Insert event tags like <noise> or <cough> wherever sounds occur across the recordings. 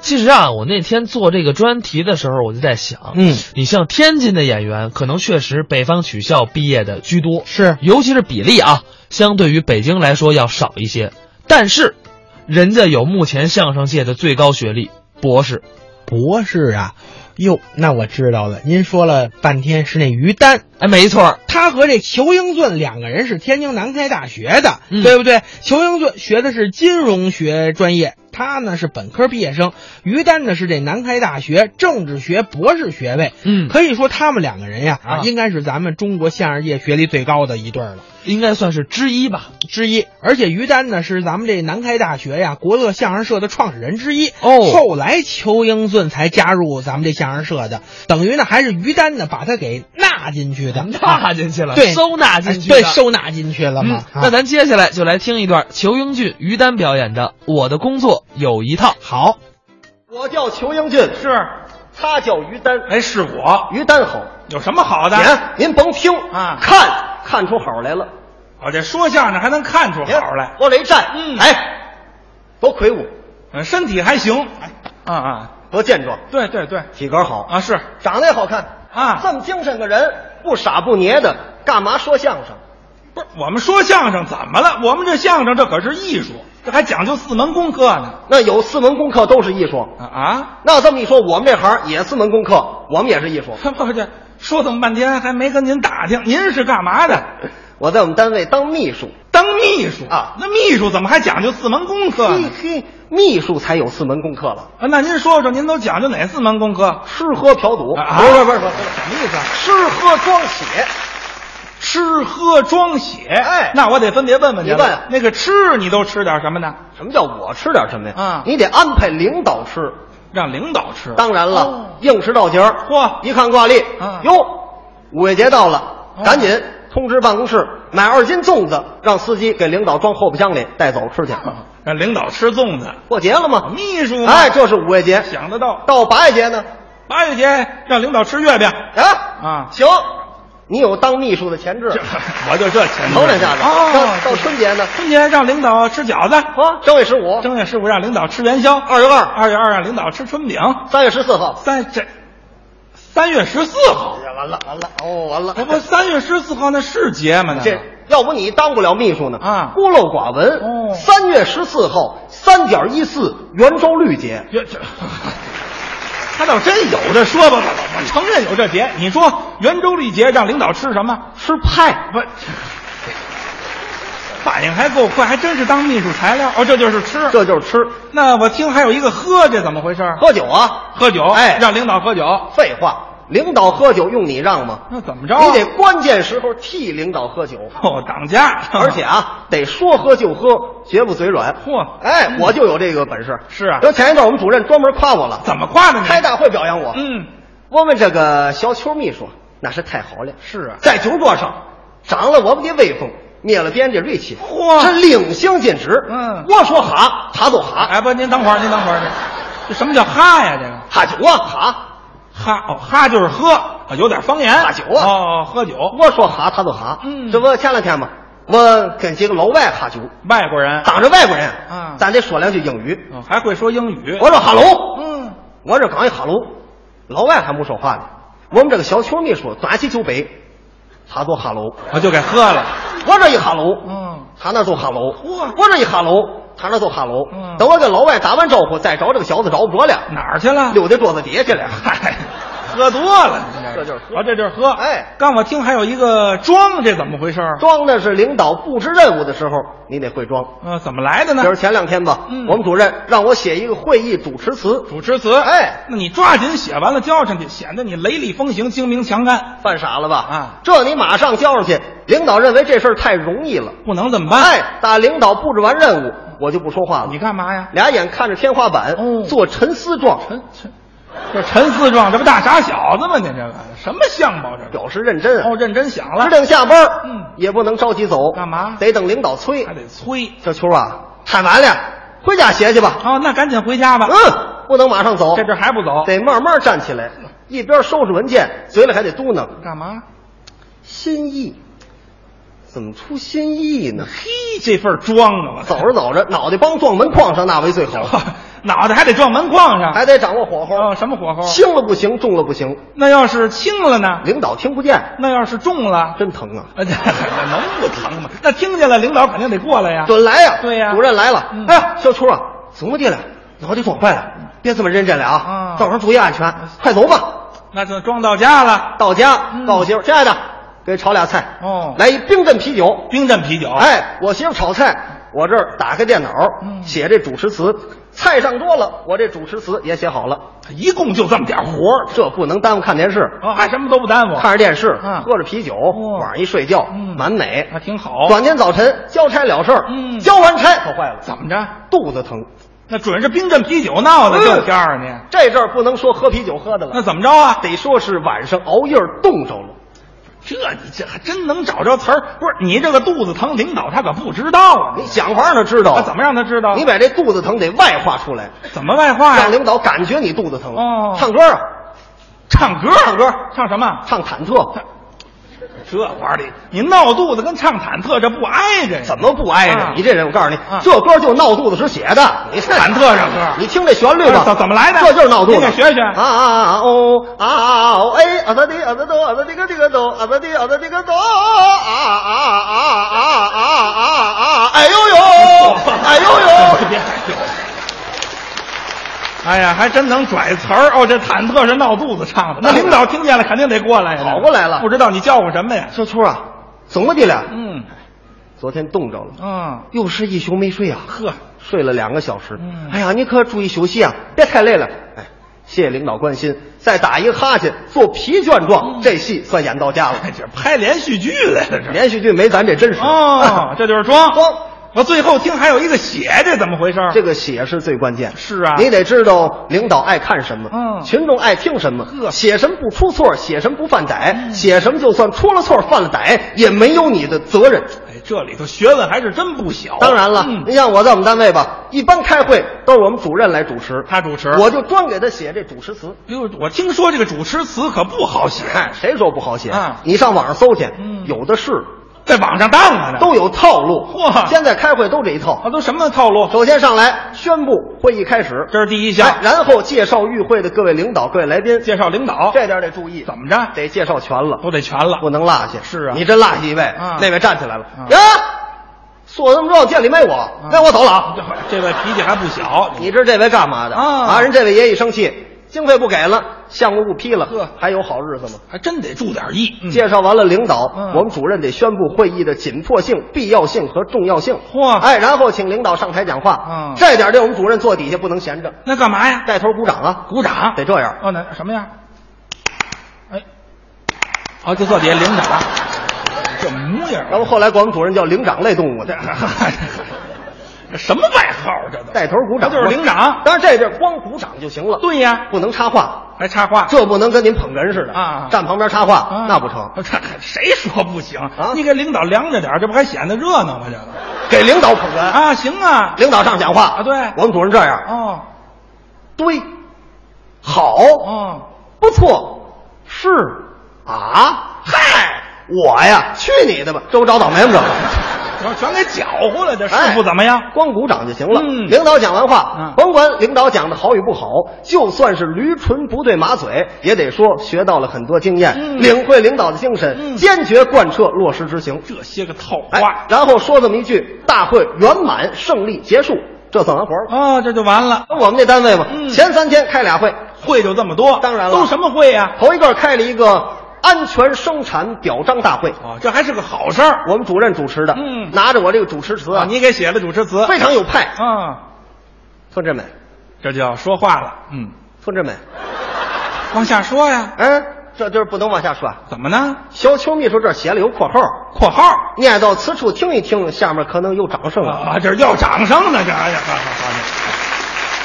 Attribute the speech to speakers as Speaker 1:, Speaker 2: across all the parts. Speaker 1: 其实啊，我那天做这个专题的时候，我就在想，
Speaker 2: 嗯，
Speaker 1: 你像天津的演员，可能确实北方曲校毕业的居多，
Speaker 2: 是
Speaker 1: 尤其是比例啊，相对于北京来说要少一些。但是，人家有目前相声界的最高学历博士，
Speaker 2: 博士啊。哟，那我知道了。您说了半天是那于丹，
Speaker 1: 哎，没错儿，
Speaker 2: 他和这裘英俊两个人是天津南开大学的，
Speaker 1: 嗯
Speaker 2: 对不对？裘英俊学的是金融学专业，他呢是本科毕业生，于丹呢是这南开大学政治学博士学位。
Speaker 1: 嗯
Speaker 2: 可以说他们两个人呀，
Speaker 1: 啊
Speaker 2: 应该是咱们中国相声界学历最高的一对儿了
Speaker 1: 应该算是之一吧。
Speaker 2: 之一。而且于丹呢是咱们这南开大学呀国乐相声社的创始人之一。
Speaker 1: 哦
Speaker 2: 后来裘英俊才加入咱们这相声社的，等于呢还是于丹呢把他给纳进去的。啊
Speaker 1: 纳进去了，
Speaker 2: 对哎
Speaker 1: 收纳进去的，
Speaker 2: 对，收纳进去了嘛。
Speaker 1: 嗯，那
Speaker 2: 啊
Speaker 1: 咱接下来就来听一段裘英俊、于丹表演的《我的工作有一套》。
Speaker 2: 好，
Speaker 3: 我叫裘英俊，
Speaker 4: 是，
Speaker 3: 他叫于丹。
Speaker 4: 哎，是我，
Speaker 3: 于丹好，
Speaker 4: 有什么好的？
Speaker 3: 姐，您甭听
Speaker 4: 啊
Speaker 3: 看看出好来了。
Speaker 4: 我这说相声还能看出好来，
Speaker 3: 往这一站，
Speaker 4: 嗯
Speaker 3: 哎，多魁梧，
Speaker 4: 嗯，身体还行，哎，啊啊，
Speaker 3: 多健壮，
Speaker 4: 对对对，
Speaker 3: 体格好
Speaker 4: 啊，是，
Speaker 3: 长得也好看
Speaker 4: 啊
Speaker 3: 这么精神个人，不傻不捏的，干嘛说相声？
Speaker 4: 不是我们说相声怎么了？我们这相声这可是艺术，这还讲究四门功课呢。
Speaker 3: 那有四门功课都是艺术。
Speaker 4: 啊啊， <laughs>
Speaker 3: 那这么一说，我们这行也四门功课，我们也是艺术。
Speaker 4: 不是，这说这么半天还没跟您打听，您是干嘛的？
Speaker 3: 我在我们单位当秘书，
Speaker 4: 当秘书
Speaker 3: 啊嗯
Speaker 4: 那秘书怎么还讲究四门功课
Speaker 3: 嘿
Speaker 4: 呢？
Speaker 3: 嘿，秘书才有四门功课了：
Speaker 4: 啊，那您说说，您都讲究哪四门功课？
Speaker 3: 吃喝嫖赌。
Speaker 4: 啊
Speaker 3: 不是不是不是，
Speaker 4: 什么意思啊？
Speaker 3: 吃喝装血。
Speaker 4: 吃喝装血，
Speaker 3: 哎
Speaker 4: 那我得分别问问您
Speaker 3: 你问啊
Speaker 4: 了。那个吃，你都吃点什么呢？
Speaker 3: 什么叫我吃点什么呀？
Speaker 4: 啊
Speaker 3: 你得安排领导吃。
Speaker 4: 让领导吃。
Speaker 3: 当然了，
Speaker 4: 哦
Speaker 3: 应时到节儿。
Speaker 4: 嚯
Speaker 3: 一看挂历，
Speaker 4: 啊
Speaker 3: 哟，五月节到了，
Speaker 4: 哦
Speaker 3: 赶紧通知办公室买二斤粽子，让司机给领导装后备箱里带走吃去。
Speaker 4: 让领导吃粽子。
Speaker 3: 过节了吗？
Speaker 4: 啊秘书嘛
Speaker 3: 哎，这是五月节。
Speaker 4: 想得到
Speaker 3: 到八月节呢？
Speaker 4: 八月节让领导吃月饼，
Speaker 3: 啊
Speaker 4: 啊
Speaker 3: 行，你有当秘书的潜质。
Speaker 4: 这 <laughs> 我就这钱
Speaker 3: 头两下子。
Speaker 4: 哦，
Speaker 3: 到到春节呢？
Speaker 4: 春节让领导吃饺子，
Speaker 3: 啊，正月十五，
Speaker 4: 正月十五让领导吃元宵，
Speaker 3: 二月二，
Speaker 4: 二月二让领导吃春饼，
Speaker 3: 三月十四号。
Speaker 4: 三这三月十四号，
Speaker 3: 完了完了，哦，完了
Speaker 4: 哎不三月十四号那是节吗？那
Speaker 3: 这要不你当不了秘书呢
Speaker 4: 嗯啊
Speaker 3: 孤陋寡闻。
Speaker 4: 哦
Speaker 3: 三月十四号，三点一四圆周率节。
Speaker 4: 这这。他倒真有这说吧，我我我承认有这节。你说圆周率节让领导吃什么？
Speaker 3: 吃派，
Speaker 4: 不，反应还够快，还真是当秘书材料。哦，这就是吃，
Speaker 3: 这就是吃
Speaker 4: 那我听还有一个喝，这怎么回事？
Speaker 2: 哎
Speaker 3: 喝酒啊！
Speaker 4: 喝酒，
Speaker 3: 哎
Speaker 4: 让领导喝酒，
Speaker 3: 废话，领导喝酒用你让吗？
Speaker 4: 那怎么着啊？
Speaker 2: 哎
Speaker 3: 你得关键时候替领导喝酒，
Speaker 4: 哦，挡架，
Speaker 3: 而且啊，得说喝就喝，绝不嘴软。
Speaker 4: 嚯
Speaker 3: 哎，我就有这个本事。
Speaker 4: 是啊
Speaker 3: 然后前一段我们主任专门夸我了，
Speaker 4: 怎么夸的你？
Speaker 3: 开大会表扬我。
Speaker 4: 嗯，
Speaker 3: 我们这个小邱秘书那是太好了。
Speaker 4: 是啊
Speaker 3: 在酒桌上长了我们的威风，灭了别人的锐气，
Speaker 4: 嚯
Speaker 3: 是领星尽职。
Speaker 4: 嗯
Speaker 3: 我说哈，他就哈，
Speaker 4: 哎不，您等会儿，您等会儿，这这什么叫哈呀？这个
Speaker 3: 哈酒啊哈，
Speaker 4: 哈哦，哈就是喝，啊有点方言，
Speaker 3: 哈酒啊
Speaker 4: 哦，喝酒，
Speaker 3: 我说哈，他就哈。
Speaker 4: 嗯
Speaker 3: 这不前两天嘛，我跟几个老外哈酒，
Speaker 4: 外国人，
Speaker 3: 当着外国人，
Speaker 4: 啊
Speaker 3: 咱得说两句英语。
Speaker 4: 哦还会说英语，
Speaker 3: 我说哈喽，
Speaker 4: 嗯，
Speaker 3: 我这刚一哈喽，老外还不说话呢。我们这个小邱秘书端起酒杯，他就哈喽，
Speaker 4: 我哦就给喝了，
Speaker 3: 我这一哈喽，
Speaker 4: 嗯，
Speaker 3: 他那就哈喽，
Speaker 4: 嚯
Speaker 3: 我这一哈喽，他那就哈喽。
Speaker 4: 嗯
Speaker 3: 等我跟老外打完招呼，再找这个小子找不着了，
Speaker 4: 哪儿去了？
Speaker 3: 溜到桌子底下去了。
Speaker 4: 嗯嗨，喝多了，您
Speaker 3: 这就是喝
Speaker 4: 哦，这就是 <laughs> 喝。
Speaker 3: 哎
Speaker 4: 刚我听还有一个装，这怎么回事？
Speaker 3: 装的是领导布置任务的时候，你得会装。
Speaker 4: 呃，怎么来的呢
Speaker 3: 就是？前两天吧，
Speaker 4: 嗯
Speaker 3: 我们主任让我写一个会议主持词，
Speaker 4: 主持词，
Speaker 3: 哎
Speaker 4: 那你抓紧写完了交上去，显得你雷厉风行、精明强干，
Speaker 3: 犯傻了吧？
Speaker 4: 啊
Speaker 3: 这你马上交上去。领导认为这事儿太容易了，
Speaker 4: 不能怎么办？
Speaker 3: 哎，打领导布置完任务，我就不说话了
Speaker 4: 啊你。干嘛呀？
Speaker 3: 俩眼看着天花板，
Speaker 4: 哦
Speaker 3: 做沉思状，
Speaker 4: 陈陈，这陈思壮，这不大傻小子吗？你这个什么相貌？这个
Speaker 3: 表示认真啊。
Speaker 4: 哦，认真想了
Speaker 3: 指，定下班儿
Speaker 4: 嗯
Speaker 3: 也不能着急走，
Speaker 4: 干嘛
Speaker 3: 得等领导催
Speaker 4: 还。得催
Speaker 3: 这秋啊，太晚了，回家歇去吧。
Speaker 4: 哦，那赶紧回家吧。
Speaker 3: 嗯，不能马上走，
Speaker 4: 这阵儿还不走，
Speaker 3: 得慢慢站起来，一边收拾文件，嘴里还得嘟囔
Speaker 4: 干嘛？
Speaker 3: 新意，怎么出新意呢？
Speaker 4: <laughs> 嘿，这份装啊，我
Speaker 3: 走着走着，脑袋帮撞门框上，那为最好。
Speaker 4: 脑袋还得撞门框上，
Speaker 3: 还得掌握火候。
Speaker 4: 哦什么火候？
Speaker 3: 轻了不行，重了不行，
Speaker 4: 那要是轻了呢？
Speaker 3: 领导听不见，
Speaker 4: 那要是重了？
Speaker 3: 真疼啊！
Speaker 4: 呃，这 <laughs> 这能不疼吗？那听见了，领导肯定得过来呀。
Speaker 3: 准来呀，
Speaker 4: 对呀
Speaker 3: 主任来了
Speaker 4: 嗯。
Speaker 3: 哎呀，小初啊，怎么地了？脑袋撞坏了，别这么认真了啊
Speaker 4: 啊！
Speaker 3: 到时候注意安全，快走吧。
Speaker 4: 那就装到家了。
Speaker 3: 到家
Speaker 4: 嗯
Speaker 3: 告诉媳妇儿，亲爱的，给炒俩菜，
Speaker 4: 哦
Speaker 3: 来一冰镇啤酒。
Speaker 4: 冰镇啤酒，，
Speaker 3: 哎，我媳妇炒菜，我这儿打开电脑
Speaker 4: 嗯
Speaker 3: 写这主持词，菜上桌了，我这主持词也写好了，
Speaker 4: 一共就这么点活儿，
Speaker 3: 这不能耽误看电视。
Speaker 4: 啊，还什么都不耽误，
Speaker 3: 看着电视，
Speaker 4: 嗯
Speaker 3: 喝着啤酒，
Speaker 4: 哦
Speaker 3: 晚上一睡觉，
Speaker 4: 嗯
Speaker 3: 完美。
Speaker 4: 还挺好。
Speaker 3: 转天早晨交差了事儿，
Speaker 4: 嗯
Speaker 3: 交完差可坏了，
Speaker 4: 怎么着？
Speaker 3: 肚子疼。
Speaker 4: 那准是冰镇啤酒闹的，
Speaker 3: 嗯
Speaker 4: 这天儿呢？
Speaker 3: 这阵儿不能说喝啤酒喝的
Speaker 4: 那
Speaker 3: 了，
Speaker 4: 怎么着啊？
Speaker 3: 得说是晚上熬夜冻着了。
Speaker 4: 这你这还真能找着词儿，不是你这个肚子疼，领导他可不知道啊。
Speaker 3: 你想法让他知道哎
Speaker 4: 啊，，怎么让他知道？
Speaker 3: 你把这肚子疼得外化出来，
Speaker 4: 怎么外化呀
Speaker 3: 让？领导感觉你肚子疼。
Speaker 4: 哦
Speaker 3: 唱歌啊，
Speaker 4: 唱歌，
Speaker 3: 唱歌
Speaker 4: 唱什么？
Speaker 3: 唱忐忑，
Speaker 4: 这玩意儿的，你闹肚子跟唱忐忑这不挨着呀？
Speaker 3: 怎么不挨着
Speaker 4: 啊？
Speaker 3: 你这人，我告诉你
Speaker 4: 啊，
Speaker 3: 这歌就闹肚子时写的。你看
Speaker 4: 忐忑上歌
Speaker 3: 你听这旋律吧，
Speaker 4: 怎怎么来的
Speaker 3: 这就是闹肚子。
Speaker 4: 你得学学
Speaker 3: 啊啊啊哦啊啊哦哎啊哒滴啊哒哆啊哒滴个滴个哆啊哒滴啊哒滴个哆啊啊啊啊啊啊啊！哎呦呦，哎呦
Speaker 4: 别
Speaker 3: 呦！
Speaker 4: 哎呦！哎呀，还真能拽词儿哦！这忐忑是闹肚子唱的，那领导听见了肯定得过来呀，
Speaker 3: 跑过来了
Speaker 4: 不知道你叫唤什么呀？
Speaker 3: 小秋啊，怎么的了？
Speaker 4: 嗯
Speaker 3: 昨天冻着了，
Speaker 4: 嗯，
Speaker 3: 又是一宿没睡啊，
Speaker 4: 呵，
Speaker 3: 睡了两个小时
Speaker 4: 嗯。
Speaker 3: 哎呀，你可注意休息啊，别太累了。哎，谢谢领导关心，再打一个哈欠，做疲倦状，这戏算演到家了。
Speaker 4: 嗯 <laughs> 哎，这拍连续剧来了这。
Speaker 3: 连续剧没咱这真实
Speaker 4: 哦，这就是装
Speaker 3: 装。
Speaker 4: 我最后听还有一个写，这怎么回事？
Speaker 3: <laughs> 这个写是最关键。
Speaker 4: 是啊
Speaker 3: 你得知道领导爱看什么，
Speaker 4: 嗯
Speaker 3: 群众爱听什么，
Speaker 4: 呵嗯
Speaker 3: 写什么不出错，写什么不犯歹，写什么就算出了错犯了歹，也没有你的责任。
Speaker 4: 哎，这里头学问还是真不小。
Speaker 3: 当然了，
Speaker 4: 嗯
Speaker 3: 你像我在我们单位吧，一般开会都是我们主任来主持，
Speaker 4: 他主持
Speaker 3: 我就专给他写这主持词。
Speaker 4: 哎呦，我听说这个主持词可不好写，
Speaker 3: 哎，谁说不好写？
Speaker 4: 啊
Speaker 3: 你上网上搜去，
Speaker 4: 嗯
Speaker 3: 有的是，
Speaker 4: 在网上当啊，
Speaker 3: 都有套路。
Speaker 4: 嚯
Speaker 3: 现在开会都这一套
Speaker 4: 啊，。都什么套路？
Speaker 3: 首先上来宣布会议开始，
Speaker 4: 这是第一
Speaker 3: 哎
Speaker 4: 项，
Speaker 3: 然后介绍与会的各位领导、各位来宾，
Speaker 4: 介绍领导，
Speaker 3: 这点得注意，
Speaker 4: 怎么着
Speaker 3: 得介绍全了，
Speaker 4: 都得全了。
Speaker 3: 哦不能落下。
Speaker 4: 是啊
Speaker 3: 你真落下一位
Speaker 4: 啊，
Speaker 3: 那位站起来了
Speaker 4: 啊，
Speaker 3: 呀，说这么重，店里没我，那我走了啊。
Speaker 4: 这位脾气还不小，
Speaker 3: 你知这位干嘛的
Speaker 4: 啊
Speaker 3: 人这位爷一生气，经费不给了，项目不批
Speaker 4: 呵
Speaker 3: 了，还有好日子吗？
Speaker 4: 还真得注点意。嗯
Speaker 3: 介绍完了领导，
Speaker 4: 嗯
Speaker 3: 我们主任得宣布会议的紧迫性、必要性和重要性。
Speaker 4: 嚯
Speaker 3: 哎，然后请领导上台讲话。
Speaker 4: 嗯
Speaker 3: 这点儿对我们主任坐底下不能闲着，
Speaker 4: 那干嘛呀？
Speaker 3: 带头鼓掌啊，
Speaker 4: 鼓掌
Speaker 3: 得这样。
Speaker 4: 哦，那什么呀？哎，哦，就坐底下领掌，
Speaker 3: 啊
Speaker 4: 这模样
Speaker 3: 然后后来管我们主任叫领长类动物
Speaker 4: 这
Speaker 3: <laughs> 的， <laughs>
Speaker 4: 这什么外号啊？这都
Speaker 3: 带头鼓掌
Speaker 4: 他就是领长。
Speaker 3: 当然这地儿光鼓掌就行了，
Speaker 4: 对呀，
Speaker 3: 不能插话，
Speaker 4: 还插话。
Speaker 3: 这不能跟您捧哏似的
Speaker 4: 啊
Speaker 3: 站旁边插话
Speaker 4: 啊
Speaker 3: 那不成，
Speaker 4: 这谁说不行
Speaker 3: 啊
Speaker 4: 你给领导量着点儿，这不还显得热闹吗？这
Speaker 3: <laughs>
Speaker 4: 个
Speaker 3: 给领导捧哏，
Speaker 4: 啊，行啊，
Speaker 3: 领导上讲话
Speaker 4: 啊对
Speaker 3: 我们主任这样，
Speaker 4: 哦
Speaker 3: 对，好，
Speaker 4: 哦，
Speaker 3: 不错，是啊，嗨，我呀，去你的吧，这不找倒霉吗？这不。
Speaker 4: 全全给搅和了，这师
Speaker 3: 哎
Speaker 4: 傅怎么样？
Speaker 3: 光鼓掌就行了。
Speaker 4: 嗯
Speaker 3: 领导讲完话，
Speaker 4: 嗯
Speaker 3: 甭管领导讲的好与不好，就算是驴唇不对马嘴，也得说学到了很多经验，
Speaker 4: 嗯
Speaker 3: 领会领导的精神，
Speaker 4: 嗯
Speaker 3: 坚决贯彻落实执行。
Speaker 4: 这些个套
Speaker 3: 哎
Speaker 4: 话，
Speaker 3: 然后说这么一句：大会圆满胜利结束，这算完活了。
Speaker 4: 哦，这就完了。
Speaker 3: 我们这单位嘛，
Speaker 4: 嗯
Speaker 3: 前三天开俩会，
Speaker 4: 会就这么多，
Speaker 3: 当然了
Speaker 4: 都什么会呀、
Speaker 3: 头一个开了一个安全生产表彰大会，
Speaker 4: 啊？这还是个好事儿。
Speaker 3: 我们主任主持的，
Speaker 4: 嗯
Speaker 3: 拿着我这个主持词
Speaker 4: 啊，你给写了主持词
Speaker 3: 非常有派。
Speaker 4: 啊，
Speaker 3: 同志们，
Speaker 4: 这就要说话了。嗯，
Speaker 3: 同志们，
Speaker 4: 往下说呀，
Speaker 3: 嗯，这就是不能往下说啊。
Speaker 4: 怎么呢？
Speaker 3: 小邱秘书这儿写了有括号，
Speaker 4: 括号
Speaker 3: 念到此处听一听，下面可能有掌声了。
Speaker 4: 啊，这要掌声呢，这哎呀，好好好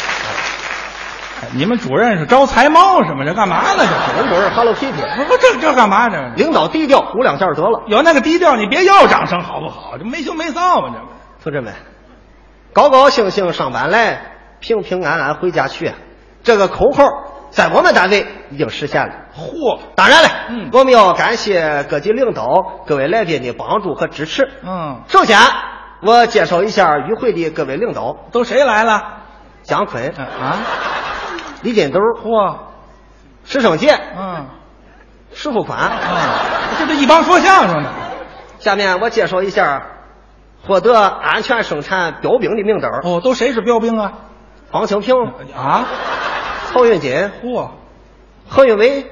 Speaker 4: 哎你们主任是招财猫是吗？这干嘛呢？
Speaker 3: 我们
Speaker 4: 这
Speaker 3: 主任 Hello Kitty，
Speaker 4: 不是不是这这干嘛这？
Speaker 3: 领导低调，鼓两下就得了。
Speaker 4: 有那个低调，你别要掌声好不好？这没羞没臊嘛，这
Speaker 3: 同志们，高高兴兴上班来，平平安安回家去，啊这个口号在我们单位已经实现了。
Speaker 4: 嚯，
Speaker 3: 当然了，
Speaker 4: 嗯
Speaker 3: 我们要感谢各级领导、各位来宾的帮助和支持。
Speaker 4: 嗯，
Speaker 3: 首先，我介绍一下与会的各位领导，
Speaker 4: 都谁来了？
Speaker 3: 蒋奎、
Speaker 4: 嗯啊，
Speaker 3: 李锦都、
Speaker 4: 嚯，
Speaker 3: 石守健、
Speaker 4: 嗯
Speaker 3: 舒富款。
Speaker 4: 啊，这这一帮说相声的，
Speaker 3: 下面我介绍一下获得安全生产标兵的名单：
Speaker 4: 哦，都谁是标兵啊？
Speaker 3: 黄清平、
Speaker 4: 啊，
Speaker 3: 曹云金、
Speaker 4: 嚯，
Speaker 3: 何云伟、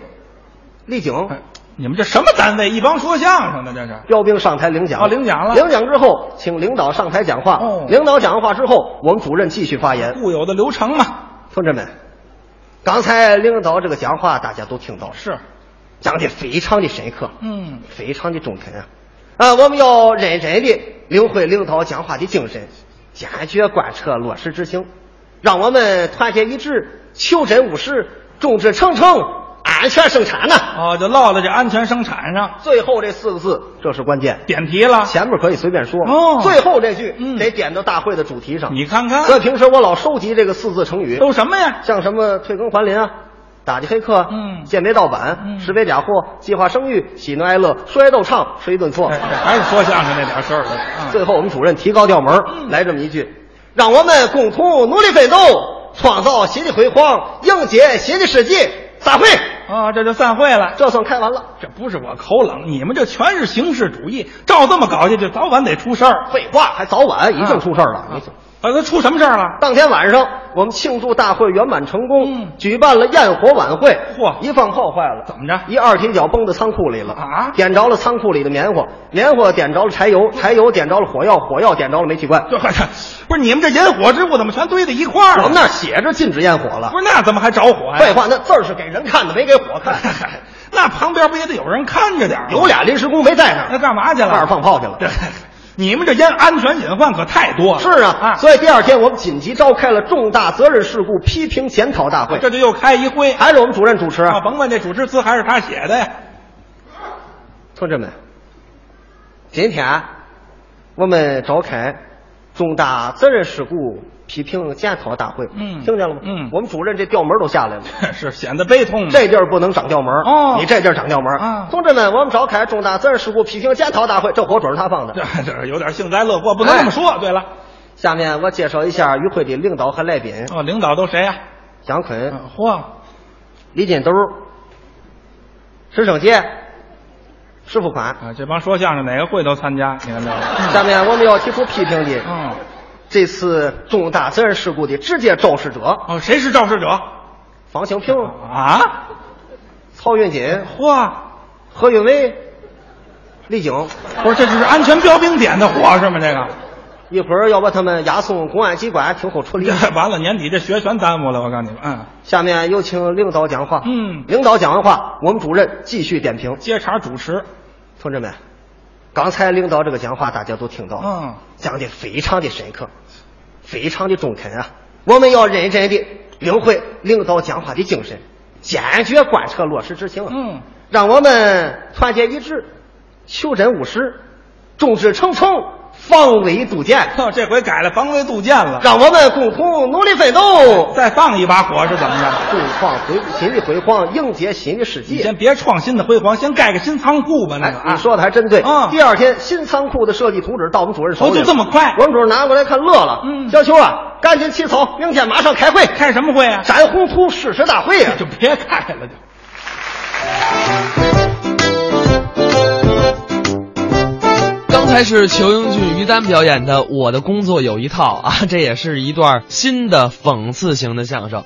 Speaker 3: 李菁。
Speaker 4: 哎你们这什么单位？一帮说相声的这是？
Speaker 3: 标兵上台领奖，
Speaker 4: 哦领奖了
Speaker 3: 领奖之后，请领导上台讲话。
Speaker 4: 哦
Speaker 3: 领导讲完话之后，我们主任继续发言。
Speaker 4: 固有的流程嘛。
Speaker 3: 同志们，刚才领导这个讲话大家都听到了，
Speaker 4: 是，
Speaker 3: 讲的非常的深刻，
Speaker 4: 嗯，
Speaker 3: 非常的中肯啊！啊，我们要认真的领会领导讲话的精神，坚决贯彻落实执行，让我们团结一致，求真务实，众志成城，安全生产呐、
Speaker 4: 哦，就落在这安全生产上，
Speaker 3: 最后这四个字，这是关键。
Speaker 4: 点题了。
Speaker 3: 前面可以随便说，
Speaker 4: 哦
Speaker 3: 最后这句、
Speaker 4: 嗯
Speaker 3: 得点到大会的主题上。
Speaker 4: 你看看，
Speaker 3: 所以平时我老收集这个四字成语，
Speaker 4: 都什么呀？
Speaker 3: 像什么退耕还林啊、打击黑客啊、
Speaker 4: 嗯
Speaker 3: 鉴别盗版、
Speaker 4: 嗯
Speaker 3: 识别假货、计划生育、喜怒哀乐、说来逗唱、吃一顿
Speaker 4: <laughs>
Speaker 3: 错。
Speaker 4: 哎这还是说相声那点事儿了。
Speaker 3: 最后我们主任提高调门儿、来这么一句：“让我们共同努力奋斗，创造新的辉煌，迎接新的世界。”散会，
Speaker 4: 啊，这就散会了。
Speaker 3: 这算开完了。
Speaker 4: 这不是我口冷，你们这全是形式主义，照这么搞下去，早晚得出事儿。
Speaker 3: 废话，还早晚一定出事儿了。
Speaker 4: 啊
Speaker 3: 你
Speaker 4: 啊，他出什么事儿了？
Speaker 3: 当天晚上，我们庆祝大会圆满成功，
Speaker 4: 嗯
Speaker 3: 举办了焰火晚会。
Speaker 4: 嚯
Speaker 3: 一放炮坏了，
Speaker 4: 怎么着
Speaker 3: 一二踢脚蹦到仓库里了
Speaker 4: 啊
Speaker 3: 点着了仓库里的棉花，棉花点着了柴油，柴油点着了火药，火药点着了煤气罐。
Speaker 4: 这 <laughs> 不是你们这引火之物怎么全堆在一块儿
Speaker 3: 我
Speaker 4: 了
Speaker 3: 们？那儿写着禁止焰火了
Speaker 4: 不。是那怎么还着哎火呀？
Speaker 3: 废话，那字儿是给人看的，没给火看。
Speaker 4: <laughs> 那旁边不也得有人看着点儿吗
Speaker 3: 有俩临时工没在那
Speaker 4: 那
Speaker 3: 儿，
Speaker 4: 干嘛去了？
Speaker 3: 那儿放炮去了
Speaker 4: 对。你们这烟安全隐患可太多了。
Speaker 3: 是啊，所以第二天我们紧急召开了重大责任事故批评检讨大会，
Speaker 4: 这就又开一会
Speaker 3: 还是我们主任主持
Speaker 4: 啊！甭问这主持词还是他写的呀。 <laughs>
Speaker 3: 同志们，今天啊我们召开重大责任事故批评检讨大会，
Speaker 4: 嗯
Speaker 3: 听见了吗？
Speaker 4: 嗯
Speaker 3: 我们主任这调门都下来了。
Speaker 4: 是显得悲痛。
Speaker 3: 这地儿不能长调门儿
Speaker 4: 哦
Speaker 3: 你这地儿长调门儿
Speaker 4: 啊
Speaker 3: 同志们，我们召开重大责任事故批评检讨大会，这火准是他放的。
Speaker 4: 这 <laughs> 这有点幸灾乐祸，不能这么
Speaker 3: 哎
Speaker 4: 说。对了，
Speaker 3: 下面我介绍一下与会的领导和来宾：
Speaker 4: 哦，领导都谁呀？
Speaker 3: 蒋坤、
Speaker 4: 嗯嚯，
Speaker 3: 李金斗、石胜杰、石富宽。
Speaker 4: 啊，这帮说相声哪个会都参加，你看这。
Speaker 3: 下面我们要提出批评的，
Speaker 4: 嗯，
Speaker 3: 这次重大责任事故的直接肇事者
Speaker 4: 哦，谁是肇事者？
Speaker 3: 房清平、
Speaker 4: 啊，
Speaker 3: 曹云金、
Speaker 4: 嚯，
Speaker 3: 何云伟、李菁，
Speaker 4: 不是，这是安全标兵点的火是吗？这个。 <laughs>
Speaker 3: 一会儿要把他们押送公安机关听候处理。
Speaker 4: 这完了，年底这学全耽误了，我告诉你们，嗯，
Speaker 3: 下面有请领导讲话。
Speaker 4: 嗯
Speaker 3: 领导讲完话，我们主任继续点评。
Speaker 4: 接茬主持，
Speaker 3: 同志们，刚才领导这个讲话大家都听到了，
Speaker 4: 嗯，
Speaker 3: 讲的非常的深刻，非常的中肯啊。我们要认真的领会领导讲话的精神，坚决贯彻落实执行啊。
Speaker 4: 嗯，
Speaker 3: 让我们团结一致，求真务实，众志成城，防微杜渐。
Speaker 4: <laughs> 哼，哦这回改了防微杜渐了，
Speaker 3: 让我们共同努力奋斗，
Speaker 4: 再放一把火是怎么着？
Speaker 3: <laughs> 共创回新的辉煌，迎接新的世
Speaker 4: 你
Speaker 3: 界
Speaker 4: 先。别创新的辉煌，先盖个新仓库吧，那
Speaker 3: 哎
Speaker 4: 个，啊，
Speaker 3: 你说的还真对。
Speaker 4: 嗯
Speaker 3: 第二天，新仓库的设计图纸到我们主任手里了，
Speaker 4: 哦就这么快
Speaker 3: 我们主任拿过来看乐了。
Speaker 4: 嗯
Speaker 3: 小邱啊，赶紧起草，明天马上开会，
Speaker 4: 开什么会啊？
Speaker 3: 展宏图誓师大会啊！
Speaker 4: 就别开了，就。
Speaker 1: 刚才是裘英俊、于丹表演的《我的工作有一套》啊，这也是一段新的讽刺型的相声。